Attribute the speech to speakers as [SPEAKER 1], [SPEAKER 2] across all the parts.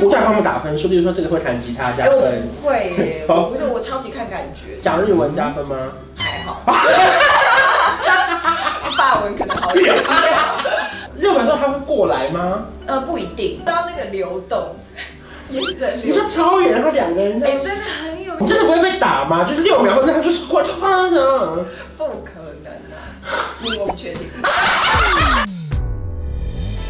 [SPEAKER 1] 不断帮他们打分数，例如说这个会弹吉他加
[SPEAKER 2] 哎，我
[SPEAKER 1] 分，
[SPEAKER 2] 不会 耶，
[SPEAKER 1] 好
[SPEAKER 2] 我不是我超级看感觉，
[SPEAKER 1] 讲日文加分吗？
[SPEAKER 2] 还 好。 法文可能好一点，
[SPEAKER 1] 日文说他会过来吗？
[SPEAKER 2] 呃，不一定，知道那个流动，眼神
[SPEAKER 1] 你
[SPEAKER 2] 流
[SPEAKER 1] 说，超远，然后两个人在
[SPEAKER 2] 哎，，真的很有，
[SPEAKER 1] 你真的不会被打吗？就是六秒后，他就是过来发生。
[SPEAKER 2] 不可能啊，你我不确定。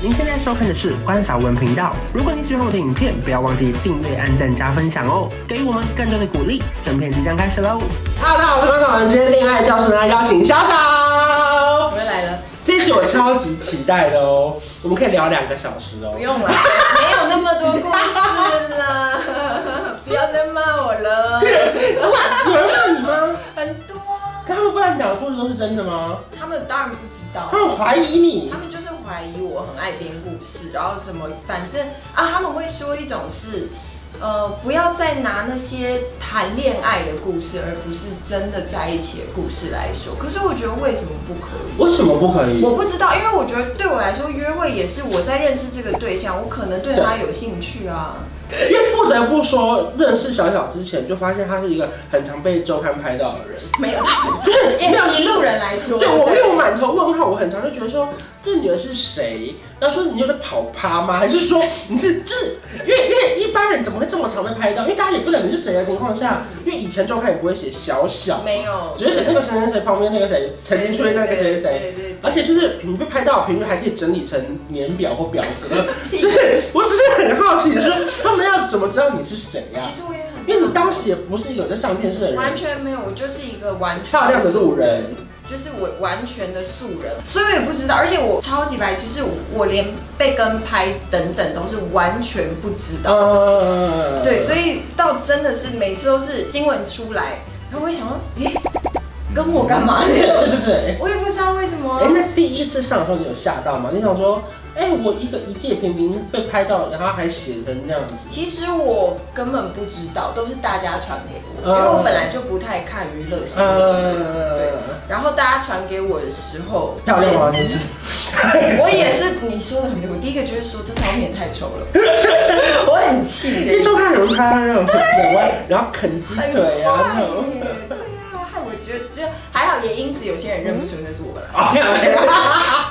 [SPEAKER 1] 您现在收看的是关少文频道。如果你喜欢我的影片，不要忘记订阅、按赞、加分享哦，给予我们更多的鼓励。整片即将开始喽！Hello，大家好，我是关少文，今天恋爱教室呢邀请小
[SPEAKER 2] 我
[SPEAKER 1] 岛，
[SPEAKER 2] 们来了，
[SPEAKER 1] 这一集我超级期待的哦，我们可以聊两个小时哦。
[SPEAKER 2] 不用了，没有那么多故事啦，不要再骂我了，
[SPEAKER 1] 有人骂你吗？
[SPEAKER 2] 很多啊，
[SPEAKER 1] 可他们不然讲的故事都是真的吗？
[SPEAKER 2] 他们当然不知道
[SPEAKER 1] 他。们怀疑你
[SPEAKER 2] 他，们就是怀疑我很爱编故事，然后什么，反正啊，他们会说一种是，呃，不要再拿那些谈恋爱的故事，而不是真的在一起的故事来说。可是我觉得为什么不可以？
[SPEAKER 1] 为什么不可以？
[SPEAKER 2] 我不知道，因为我觉得对我来说，约会也是我在认识这个对象，我可能对他有兴趣啊。
[SPEAKER 1] 因为不得不说，认识小小之前就发现他是一个很常被周刊拍到的人。
[SPEAKER 2] 没有他们，
[SPEAKER 1] 对没有
[SPEAKER 2] 以以路人来说，
[SPEAKER 1] 对我没有满头问号，我很常就觉得说这女的是谁？然后说你就是跑趴吗？还是说你是就是因为因为一般人怎么会这么常被拍到？因为大家也不知道你是谁的情况下，因为以前周刊也不会写小小，
[SPEAKER 2] 没有，
[SPEAKER 1] 只是写那个谁谁谁旁边那个谁曾经出现那个谁谁谁。
[SPEAKER 2] 对对
[SPEAKER 1] 而且就是你被拍到的频率还可以整理成年表或表 格，就是我只是很好奇，说他们要怎么知道你是谁呀、
[SPEAKER 2] 其实我也很，
[SPEAKER 1] 因为你当时也不是一个有在上电视的
[SPEAKER 2] 完
[SPEAKER 1] 人，
[SPEAKER 2] 全没有，我就是一个完全
[SPEAKER 1] 漂亮的路人，
[SPEAKER 2] 就是我完全的素人，所以我也不知道，而且我超级白痴，是我我连被跟拍等等都是完全不知道。
[SPEAKER 1] 呃，
[SPEAKER 2] 对，所
[SPEAKER 1] 以
[SPEAKER 2] 以到真的是每次都是新闻出来，然后我会想说，咦、跟我干嘛？
[SPEAKER 1] 对对对。
[SPEAKER 2] 我也不知道为什
[SPEAKER 1] 哎、
[SPEAKER 2] 么。
[SPEAKER 1] 那第一次上的时候你有吓到吗？你想说，哎、我一个一介平民被拍到，然后还写成这样子，
[SPEAKER 2] 其实我根本不知道，都是大家传给我，
[SPEAKER 1] 嗯
[SPEAKER 2] 因为我本来就不太看娱乐新闻。对
[SPEAKER 1] 呃，
[SPEAKER 2] 然后大家传给我的时候，
[SPEAKER 1] 漂亮吗？你是？
[SPEAKER 2] 我也是，你说的很对。我第一个就是说，这照片也太丑 了，我很气
[SPEAKER 1] 因为
[SPEAKER 2] 这
[SPEAKER 1] 周看有人拍那种腿弯，然后啃鸡腿啊那种。
[SPEAKER 2] 对啊，害我觉得就还好，也因此有些人认不出那是我了，
[SPEAKER 1] 哦，没有没有。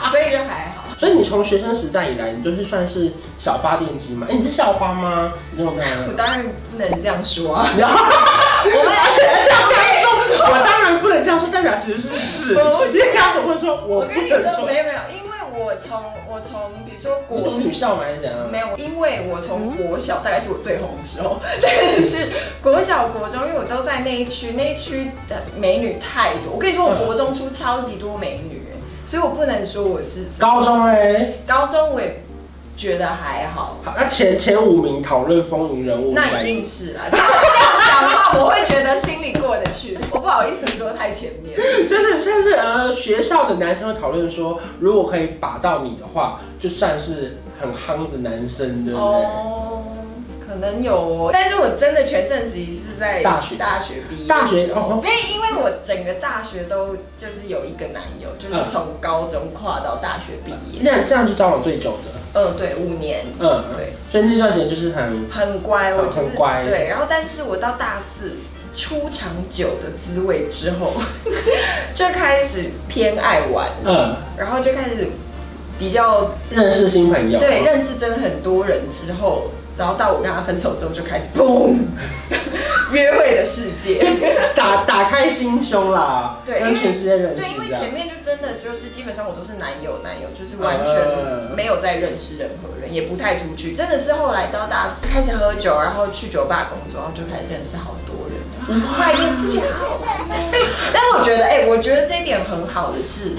[SPEAKER 2] 所以就还好。
[SPEAKER 1] 所以你从学生时代以来，你就是算是小发电机嘛？哎、你是校花吗？你有没有？
[SPEAKER 2] 我当然不能这样说啊，
[SPEAKER 1] 然后
[SPEAKER 2] 我们而且这样说，
[SPEAKER 1] 我当然不能这样说，代表其实是是，
[SPEAKER 2] 不是
[SPEAKER 1] 因为他总会说我
[SPEAKER 2] 我
[SPEAKER 1] 不
[SPEAKER 2] 跟你
[SPEAKER 1] 能
[SPEAKER 2] 说
[SPEAKER 1] 说
[SPEAKER 2] 没。有没有，因为我从我从比如说
[SPEAKER 1] 你读
[SPEAKER 2] 国。
[SPEAKER 1] 女校吗？还是怎样？
[SPEAKER 2] 没有，因为我从国小大概是我最红的时候，但是国小、国中，因为我都在那一区，那一区的美女太多。我跟你说，我国中出超级多美女，所以我不能说我是什么
[SPEAKER 1] 高中哎、
[SPEAKER 2] 高中，我也觉得还好。
[SPEAKER 1] 好，那前前五名讨论风云人物，
[SPEAKER 2] 那一定 是啦、这样讲的话，我会觉得心里过得去。我不好意思说太前面，
[SPEAKER 1] 就是就是呃，学校的男生会讨论说，如果可以把到你的话，就算是很夯的男生，对不对？
[SPEAKER 2] 哦，可能有哦。但是我真的全盛时期是在
[SPEAKER 1] 大学
[SPEAKER 2] 大学毕业，
[SPEAKER 1] 大学哦
[SPEAKER 2] 因为因为我整个大学都就是有一个男友，
[SPEAKER 1] 嗯
[SPEAKER 2] 就是从高中跨到大学毕业，
[SPEAKER 1] 那这样是交往最久的，
[SPEAKER 2] 嗯，对，五年，
[SPEAKER 1] 嗯，
[SPEAKER 2] 对，
[SPEAKER 1] 所以那段时间就是很
[SPEAKER 2] 很乖，我
[SPEAKER 1] 嗯
[SPEAKER 2] 就是
[SPEAKER 1] 很乖
[SPEAKER 2] 对，然后但是我到大四。出长久的滋味之后， 就开始偏爱玩了。
[SPEAKER 1] 嗯，
[SPEAKER 2] 然后就开始比较
[SPEAKER 1] 认识新朋友，
[SPEAKER 2] 对，认识真的很多人之后，然后到我跟他分手之后就开始嘣， 约会的世界。
[SPEAKER 1] 打打开心胸啦，
[SPEAKER 2] 对
[SPEAKER 1] 跟全世界认识
[SPEAKER 2] 对，因为
[SPEAKER 1] 这样
[SPEAKER 2] 前面就真的就是基本上我都是男友男友，就是完
[SPEAKER 1] 啊
[SPEAKER 2] 全没有再认识任何人，也不太出去。真的是后来到大四开始喝酒，然后去酒吧工作，然后就开始认识好多人，然后外面世界好 美。但我觉得，哎、我觉得这一点很好的是。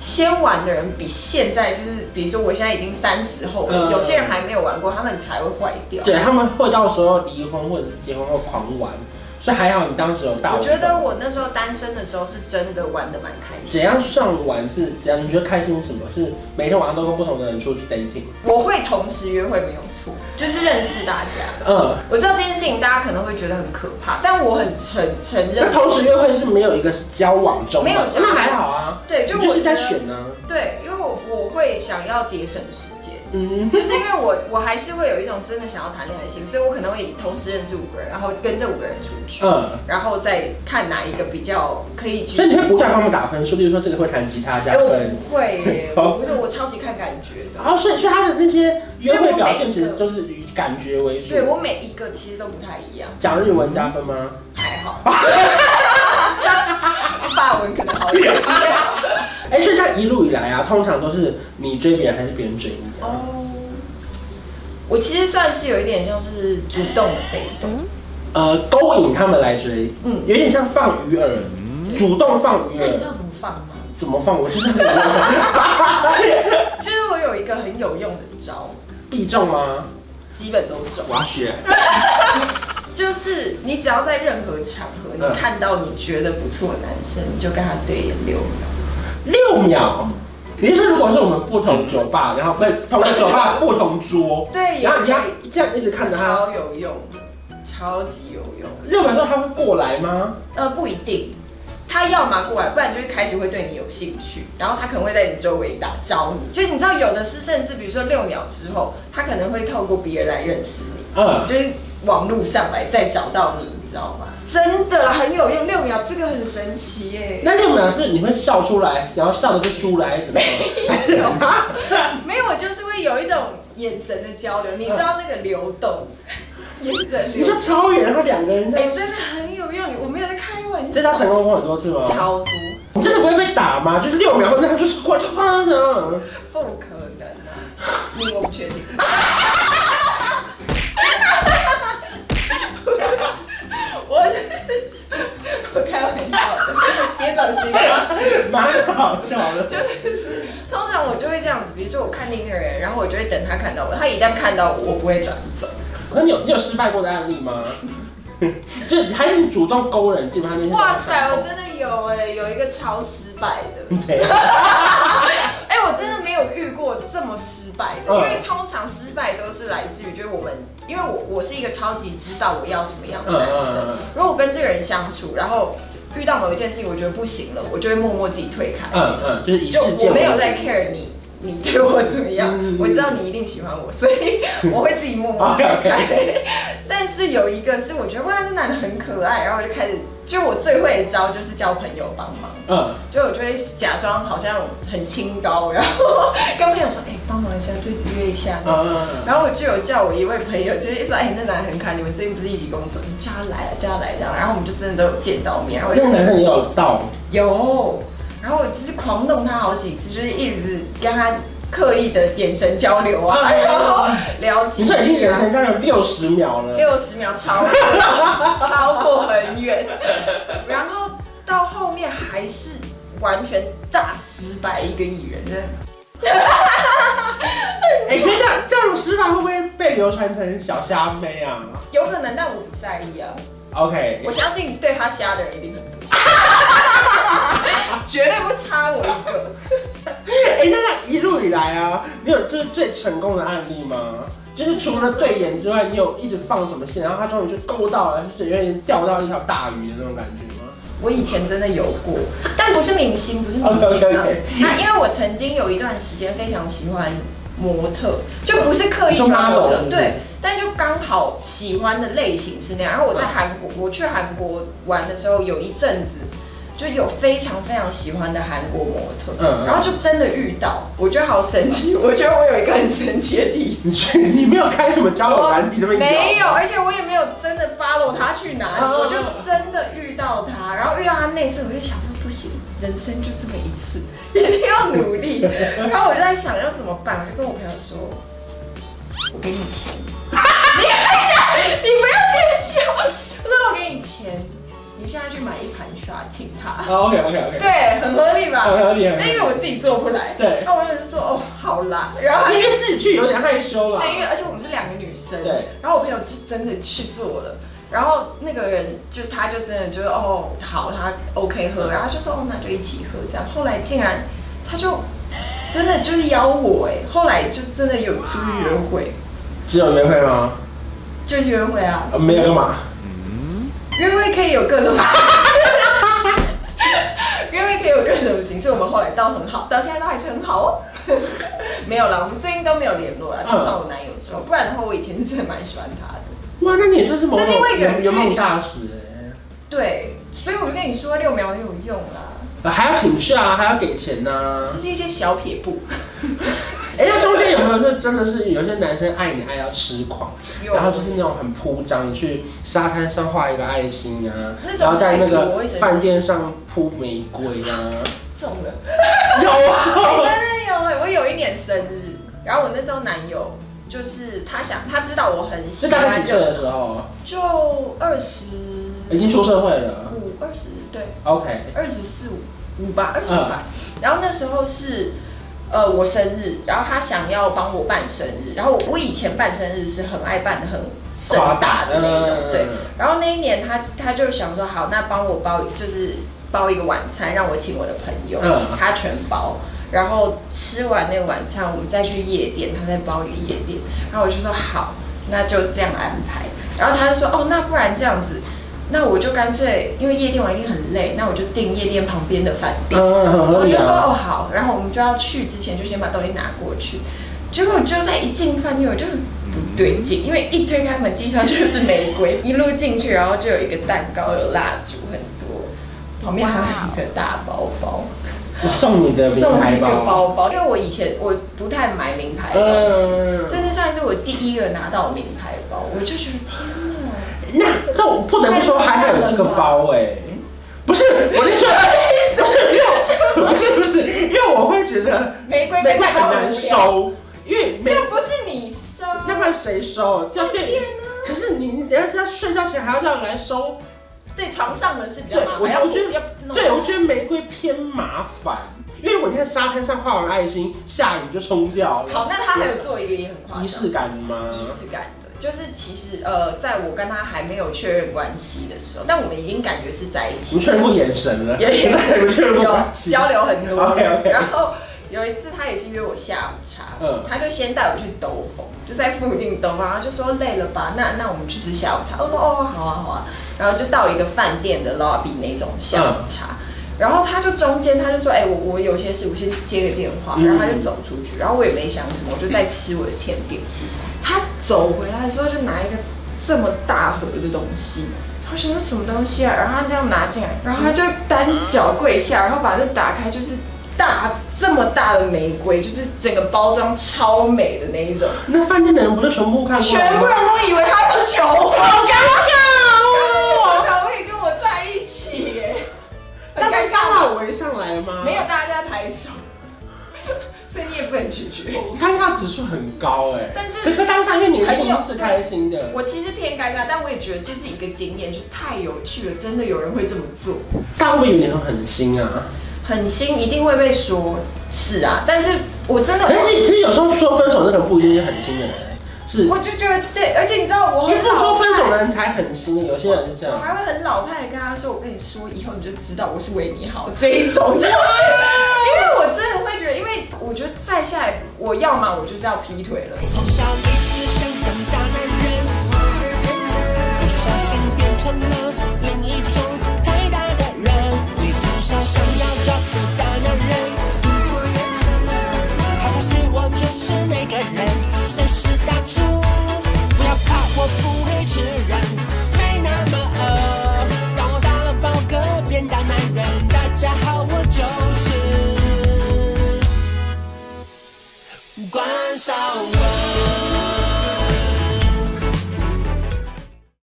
[SPEAKER 2] 先玩的人比现在就是，比如说我现在已经三十后了，
[SPEAKER 1] 嗯
[SPEAKER 2] 有些人还没有玩过，他们才会坏掉。
[SPEAKER 1] 对他们会到时候离婚或者是结婚后狂玩，所以还好你当时有大
[SPEAKER 2] 我
[SPEAKER 1] 玩
[SPEAKER 2] 觉得我那时候单身的时候是真的玩的蛮开心的。
[SPEAKER 1] 怎样算玩是怎样？你觉得开心是什么？是每天晚上都跟不同的人出去 dating？
[SPEAKER 2] 我会同时约会没有错，就是认识大家。
[SPEAKER 1] 嗯，
[SPEAKER 2] 我知道这件事情大家可能会觉得很可怕，但我很承承认
[SPEAKER 1] 那，同时约会是没有一个是交往中的，
[SPEAKER 2] 没有交往
[SPEAKER 1] 那还好啊，
[SPEAKER 2] 对，就
[SPEAKER 1] 就
[SPEAKER 2] 我
[SPEAKER 1] 就是
[SPEAKER 2] 觉
[SPEAKER 1] 在啊
[SPEAKER 2] 得
[SPEAKER 1] 选呢、
[SPEAKER 2] 对，因为我我会想要节省时间，
[SPEAKER 1] 嗯，
[SPEAKER 2] 就是因为我我还是会有一种真的想要谈恋爱的心，所以我可能会同时认识五个人，然后跟这五个人出去，
[SPEAKER 1] 嗯，
[SPEAKER 2] 然后再看哪一个比较可以去。
[SPEAKER 1] 所以你会不断帮他们打分数，例如说这个会弹吉他加
[SPEAKER 2] 哎，我
[SPEAKER 1] 分。
[SPEAKER 2] 不会耶，
[SPEAKER 1] 好
[SPEAKER 2] 我不是我超级看感觉的。
[SPEAKER 1] 哦，所以所以他的那些约会表现其
[SPEAKER 2] 所
[SPEAKER 1] 实
[SPEAKER 2] 以我每一个
[SPEAKER 1] 都是以感觉为主
[SPEAKER 2] 对。我每一个其实都不太一样，
[SPEAKER 1] 讲日文加分吗？
[SPEAKER 2] 还 好。 法文可能好一点。
[SPEAKER 1] 哎，所以他一路以来啊，通常都是你追别人还是别人追你啊？
[SPEAKER 2] 哦，我其实算是有一点像是主动的被动，
[SPEAKER 1] 呃，勾引他们来追，嗯
[SPEAKER 2] 嗯，
[SPEAKER 1] 有点像放鱼饵，主动放鱼
[SPEAKER 2] 那你
[SPEAKER 1] 饵
[SPEAKER 2] 知道。怎么放吗？
[SPEAKER 1] 怎么放？我就是很
[SPEAKER 2] 就是我有一个很有用的招，
[SPEAKER 1] 必中吗？
[SPEAKER 2] 基本都中。
[SPEAKER 1] 我要学。
[SPEAKER 2] 就是你只要在任何场合，
[SPEAKER 1] 嗯
[SPEAKER 2] 你看到你觉得不错的男生，你就跟他对眼六秒。
[SPEAKER 1] 六
[SPEAKER 2] 嗯
[SPEAKER 1] 秒。你是说，如果是我们不同酒吧，然后不是同个酒吧不同桌，
[SPEAKER 2] 对，也
[SPEAKER 1] 然后你要
[SPEAKER 2] 可以
[SPEAKER 1] 这样一直看着他，
[SPEAKER 2] 超有用的，超级有用。
[SPEAKER 1] 六秒之后他会过来吗？
[SPEAKER 2] 呃，不一定，他要么过来，不然就是开始会对你有兴趣，然后他可能会在你周围打招你。就是你知道，有的是甚至比如说六秒之后，他可能会透过别人来认识你，
[SPEAKER 1] 嗯
[SPEAKER 2] 就是网络上来再找到你，你知道吗？真的很有用，六秒这个很神奇耶。
[SPEAKER 1] 那六秒是你会笑出来，然后笑的是出来，怎么 样？
[SPEAKER 2] 没有，我就是会有一种眼神的交流，你知道那个流动，眼神
[SPEAKER 1] 你
[SPEAKER 2] 流
[SPEAKER 1] 说
[SPEAKER 2] 动，
[SPEAKER 1] 超远，然后两个人在
[SPEAKER 2] 哎、，真的很有用，我没有在开玩笑。
[SPEAKER 1] 这招成功过很多次吗？
[SPEAKER 2] 超多，
[SPEAKER 1] 你真的不会被打吗？就是六秒后，那他就是过来就发生。
[SPEAKER 2] 不可能啊！你我不确定。我是我开玩笑的，别走心啊。
[SPEAKER 1] 蛮好笑的。
[SPEAKER 2] 就是通常我就会这样子，比如说我看另一个人，然后我就会等他看到我，他一旦看到我，我不会转走。
[SPEAKER 1] 那你有你有失败过的案例吗？ 就还是你主动勾人，基本上那些
[SPEAKER 2] 哇塞，我真的有哎、有一个超失败的。
[SPEAKER 1] 你怎样？
[SPEAKER 2] 哎、我真的没有遇过这么失败的，
[SPEAKER 1] 嗯
[SPEAKER 2] 因为通常失败都是来自于，就是我们，因为我我是一个超级知道我要什么样的男生，
[SPEAKER 1] 嗯嗯嗯嗯
[SPEAKER 2] 如果我跟这个人相处，然后遇到某一件事情，我觉得不行了，我就会默默自己退开，
[SPEAKER 1] 嗯嗯，就是以
[SPEAKER 2] 就
[SPEAKER 1] 事件
[SPEAKER 2] 我
[SPEAKER 1] 为
[SPEAKER 2] 没有
[SPEAKER 1] 主
[SPEAKER 2] 在 care 你。你对我怎么样？
[SPEAKER 1] 嗯
[SPEAKER 2] 我知道你一定喜欢我，所以我会自己默默退
[SPEAKER 1] OK，OK
[SPEAKER 2] 开。 但是有一个是我觉得哇，这男的很可爱，然后我就开始，就我最会的招就是叫朋友帮忙。
[SPEAKER 1] 嗯。
[SPEAKER 2] 就我就会假装好像很清高，然后 跟朋友说，哎、帮忙一下，就约一下那种。
[SPEAKER 1] 嗯
[SPEAKER 2] 然后我就有叫我一位朋友，就是说，哎、那男的很可爱，你们最近不是一起工作，你叫他来，叫他来这样。然后我们就真的都有见到面，然后我
[SPEAKER 1] 那
[SPEAKER 2] 就
[SPEAKER 1] 个男生也有到，
[SPEAKER 2] 有，然后我只是狂动他好几次，就是一直跟他刻意的眼神交 流啊，
[SPEAKER 1] 嗯
[SPEAKER 2] 然后聊几
[SPEAKER 1] 你说已经
[SPEAKER 2] 句
[SPEAKER 1] 眼
[SPEAKER 2] 啊。
[SPEAKER 1] 神交流六十秒了，
[SPEAKER 2] 六十秒超过，超过很远， 然后到后面还是完全大失败，一个艺人，真的
[SPEAKER 1] 哎，可是这样这样失败会不会被流传成小虾妹啊
[SPEAKER 2] 有可能，但我不在意啊，
[SPEAKER 1] ？OK，
[SPEAKER 2] 我相信对他瞎的人一定很 多，绝对不差我一个。
[SPEAKER 1] 哎，那那一路以来啊，你有就是最成功的案例吗？就是除了对眼之外，你有一直放什么线，然后他终于就勾到了，就是有点钓到一条大鱼的那种感觉吗？
[SPEAKER 2] 我以前真的有过， 但不是明星，不是明 星啊
[SPEAKER 1] OK，OK，OK。
[SPEAKER 2] 那因为我曾经有一段时间非常喜欢模特，就不是刻意
[SPEAKER 1] 就
[SPEAKER 2] 去
[SPEAKER 1] model 是不
[SPEAKER 2] 模特，
[SPEAKER 1] 是
[SPEAKER 2] 对，但就刚好喜欢的类型是那样。然后我在
[SPEAKER 1] 嗯
[SPEAKER 2] 韩国，我去韩国玩的时候，有一阵子就有非常非常喜欢的韩国模特，
[SPEAKER 1] 嗯嗯
[SPEAKER 2] 然后就真的遇到，我觉得好神奇，我觉得我有一个很神奇的体质。
[SPEAKER 1] 你去，你没有开什么交友软体这么一聊
[SPEAKER 2] 没有，而且我也没有真的 follow 他去哪里，
[SPEAKER 1] 哦嗯
[SPEAKER 2] 我就真的遇到他，然后遇到他那次，我就想说不行，人生就这么一次， 一定要努力。然后我就在想要怎么办，我就跟我朋友说，我给你钱，你看一下，你不要先笑，我说我给你钱，你现在去买一盘刷，请 他。
[SPEAKER 1] ？OK OK OK，
[SPEAKER 2] 对，很合理吧？
[SPEAKER 1] 很合理很合理
[SPEAKER 2] 但因为我自己做不来，
[SPEAKER 1] 嗯对
[SPEAKER 2] 那我朋友就说哦，好啦，然后他就
[SPEAKER 1] 因为自己去有点害羞啦。
[SPEAKER 2] 对，因为而且我们是两个女生，
[SPEAKER 1] 对。
[SPEAKER 2] 然后我朋友就真的去做了，然后那个人就他就真的就是哦好，他 OK 喝，然后他就说哦那就一起喝这样。后来竟然他就真的就是邀我哎，后来就真的有出去约会，
[SPEAKER 1] 只有约会吗？
[SPEAKER 2] 就约会啊，
[SPEAKER 1] 呃，没有干嘛？
[SPEAKER 2] 约会可以有各种方式。 约会可以有各种形式，我们后来倒很好，到现在都还是很好哦。 没有啦，我们最近都没有联络啦，
[SPEAKER 1] 嗯
[SPEAKER 2] 自从我男友之后，不然的话我以前是真的蛮喜欢他的。
[SPEAKER 1] 哇，那你也算是某
[SPEAKER 2] 但是因为
[SPEAKER 1] 种
[SPEAKER 2] 远距
[SPEAKER 1] 圆
[SPEAKER 2] 离
[SPEAKER 1] 圆梦大使哎、
[SPEAKER 2] 对，所以我就跟你说六秒也有用啦，
[SPEAKER 1] 啊还要请示啊，还要给钱呐、
[SPEAKER 2] 这是一些小撇步。
[SPEAKER 1] 哎、那中间有没有就真的是有些男生爱你爱到痴狂，
[SPEAKER 2] 有
[SPEAKER 1] 然后就是那种很铺张，去沙滩上画一个爱心啊
[SPEAKER 2] 那，种
[SPEAKER 1] 然后在那
[SPEAKER 2] 拜托我
[SPEAKER 1] 个
[SPEAKER 2] 会生气
[SPEAKER 1] 饭店上铺玫瑰 啊，
[SPEAKER 2] 中 了，
[SPEAKER 1] 有
[SPEAKER 2] 我
[SPEAKER 1] 啊，
[SPEAKER 2] 真的有哎、我有一年生日，然后我那时候男友就是他想他知道我很喜
[SPEAKER 1] 是大概
[SPEAKER 2] 欢
[SPEAKER 1] 几岁
[SPEAKER 2] 热
[SPEAKER 1] 的时候？
[SPEAKER 2] 就二十
[SPEAKER 1] 已经出社会了
[SPEAKER 2] 五二十对。
[SPEAKER 1] ，OK，
[SPEAKER 2] 二十四五吧，二十五吧。然后那时候是呃我生日，然后他想要帮我办生日，然后我我以前办生日是很爱办的很盛大的那
[SPEAKER 1] 夸大
[SPEAKER 2] 种，对
[SPEAKER 1] 嗯。
[SPEAKER 2] 然后那一年他他就想说好，那帮我包就是包一个晚餐，让我请我的朋友，
[SPEAKER 1] 嗯
[SPEAKER 2] 他全包。然后吃完那个晚餐，我们再去夜店，他再包一个夜店。然后我就说好，那就这样安排。然后他就说哦，那不然这样子，那我就干脆，因为夜店我一定很累，那我就订夜店旁边的饭店。
[SPEAKER 1] 嗯，很合
[SPEAKER 2] 我
[SPEAKER 1] 理
[SPEAKER 2] 就说
[SPEAKER 1] 啊，
[SPEAKER 2] 哦好，然后我们就要去之前就先把东西拿过去。结果我就在一进饭店，我就不对劲，因为一推开门，地上就是玫瑰，一路进去，然后就有一个蛋糕，有蜡烛很多，旁边还有一个大包包。
[SPEAKER 1] 我送你的名
[SPEAKER 2] 送一
[SPEAKER 1] 牌
[SPEAKER 2] 个
[SPEAKER 1] 包，
[SPEAKER 2] 包包，因为我以前我不太买名牌的东西，
[SPEAKER 1] 嗯，
[SPEAKER 2] 真的算是我第一个拿到名牌包，我就觉得天哪！
[SPEAKER 1] 那那我不得不说，还好有这个包哎、不是，我的意思说，不是，因为不是不是，因为我会觉得
[SPEAKER 2] 玫瑰
[SPEAKER 1] 玫
[SPEAKER 2] 跟
[SPEAKER 1] 瑰
[SPEAKER 2] 蛋
[SPEAKER 1] 很
[SPEAKER 2] 糕
[SPEAKER 1] 难
[SPEAKER 2] 无聊，
[SPEAKER 1] 收，因为玫
[SPEAKER 2] 那不是你收，
[SPEAKER 1] 那不然谁收？要
[SPEAKER 2] 店
[SPEAKER 1] 对，
[SPEAKER 2] 呢？
[SPEAKER 1] 可是你你等一下在睡觉前还要叫人来收，
[SPEAKER 2] 对，床上的是比较
[SPEAKER 1] 对
[SPEAKER 2] 麻，
[SPEAKER 1] 我
[SPEAKER 2] 烦，
[SPEAKER 1] 觉得我觉
[SPEAKER 2] 要
[SPEAKER 1] 得
[SPEAKER 2] 弄
[SPEAKER 1] 对，我觉得玫瑰偏麻烦，因为如果你在沙滩上画完爱心，下雨就冲掉了。
[SPEAKER 2] 好，那他还有做一个也很夸张，
[SPEAKER 1] 仪式感吗？
[SPEAKER 2] 仪式感的，就是其实呃，在我跟他还没有确认关系的时候，但我们已经感觉是在一
[SPEAKER 1] 我
[SPEAKER 2] 起
[SPEAKER 1] 们，确认过眼神了，
[SPEAKER 2] 有眼神
[SPEAKER 1] 我们确认过关
[SPEAKER 2] 有
[SPEAKER 1] 系
[SPEAKER 2] 交流很多。
[SPEAKER 1] OK，OK
[SPEAKER 2] 然后有一次他也是约我下午茶，
[SPEAKER 1] 嗯
[SPEAKER 2] 他就先带我去兜风，就在附近兜风，然后就说累了吧，那那我们去吃下午茶。我说哦，好啊好啊，然后就到一个饭店的 lobby 那种下午茶。
[SPEAKER 1] 嗯
[SPEAKER 2] 然后他就中间他就说，哎、我我有些事，我先接个电话，
[SPEAKER 1] 嗯
[SPEAKER 2] 然后他就走出去，然后我也没想什么，我就在吃我的甜点。他走回来的时候就拿一个这么大盒的东西，他想说什么东西啊？然后他这样拿进来，然后他就单脚跪下，然后把这打开，就是大这么大的玫瑰，就是整个包装超美的那一 种，
[SPEAKER 1] 那饭店的人不是全部看过
[SPEAKER 2] 全部
[SPEAKER 1] 吗？
[SPEAKER 2] 人都以为他要求我，
[SPEAKER 1] 好尴
[SPEAKER 2] 我
[SPEAKER 1] 尬哦！
[SPEAKER 2] 可不可以跟我在一起耶？很
[SPEAKER 1] 大
[SPEAKER 2] 尴
[SPEAKER 1] 家
[SPEAKER 2] 尬
[SPEAKER 1] 刚
[SPEAKER 2] 吗？
[SPEAKER 1] 好围上来吗？
[SPEAKER 2] 没有，，大家在拍手， 所以你也不能拒绝。
[SPEAKER 1] 尴尬指数很高哎。
[SPEAKER 2] 但是
[SPEAKER 1] 可是当下因为年轻是开心的，
[SPEAKER 2] 我其实偏尴尬，但我也觉得这是一个经验，就太有趣了，真的有人会这么做。
[SPEAKER 1] 大家会不会有点狠心啊？
[SPEAKER 2] 很新，一定会被说是啊，但是我真的，
[SPEAKER 1] 可是其实有时候说分手那个人不一定是狠心的人，是
[SPEAKER 2] 我就觉得对，而且你知道我
[SPEAKER 1] 因为
[SPEAKER 2] 很
[SPEAKER 1] 不
[SPEAKER 2] 老
[SPEAKER 1] 说
[SPEAKER 2] 派
[SPEAKER 1] 分手的人啊才狠心，有些人是这
[SPEAKER 2] 我
[SPEAKER 1] 样。
[SPEAKER 2] 还会很老派的跟他说，我跟你说，以后你就知道我是为你好这一种，就是因为我真的会觉得，因为我觉得再下来，我要嘛我就是要劈腿了。
[SPEAKER 3] 从小一直想当大男人，不小心变成了另一种太大的人。你至少想要找个大男人，好消息我就是那个人，随时打住，不要怕，我不会吃人，没那么饿。当我打了饱嗝变大男人，大家好，我就是关少文。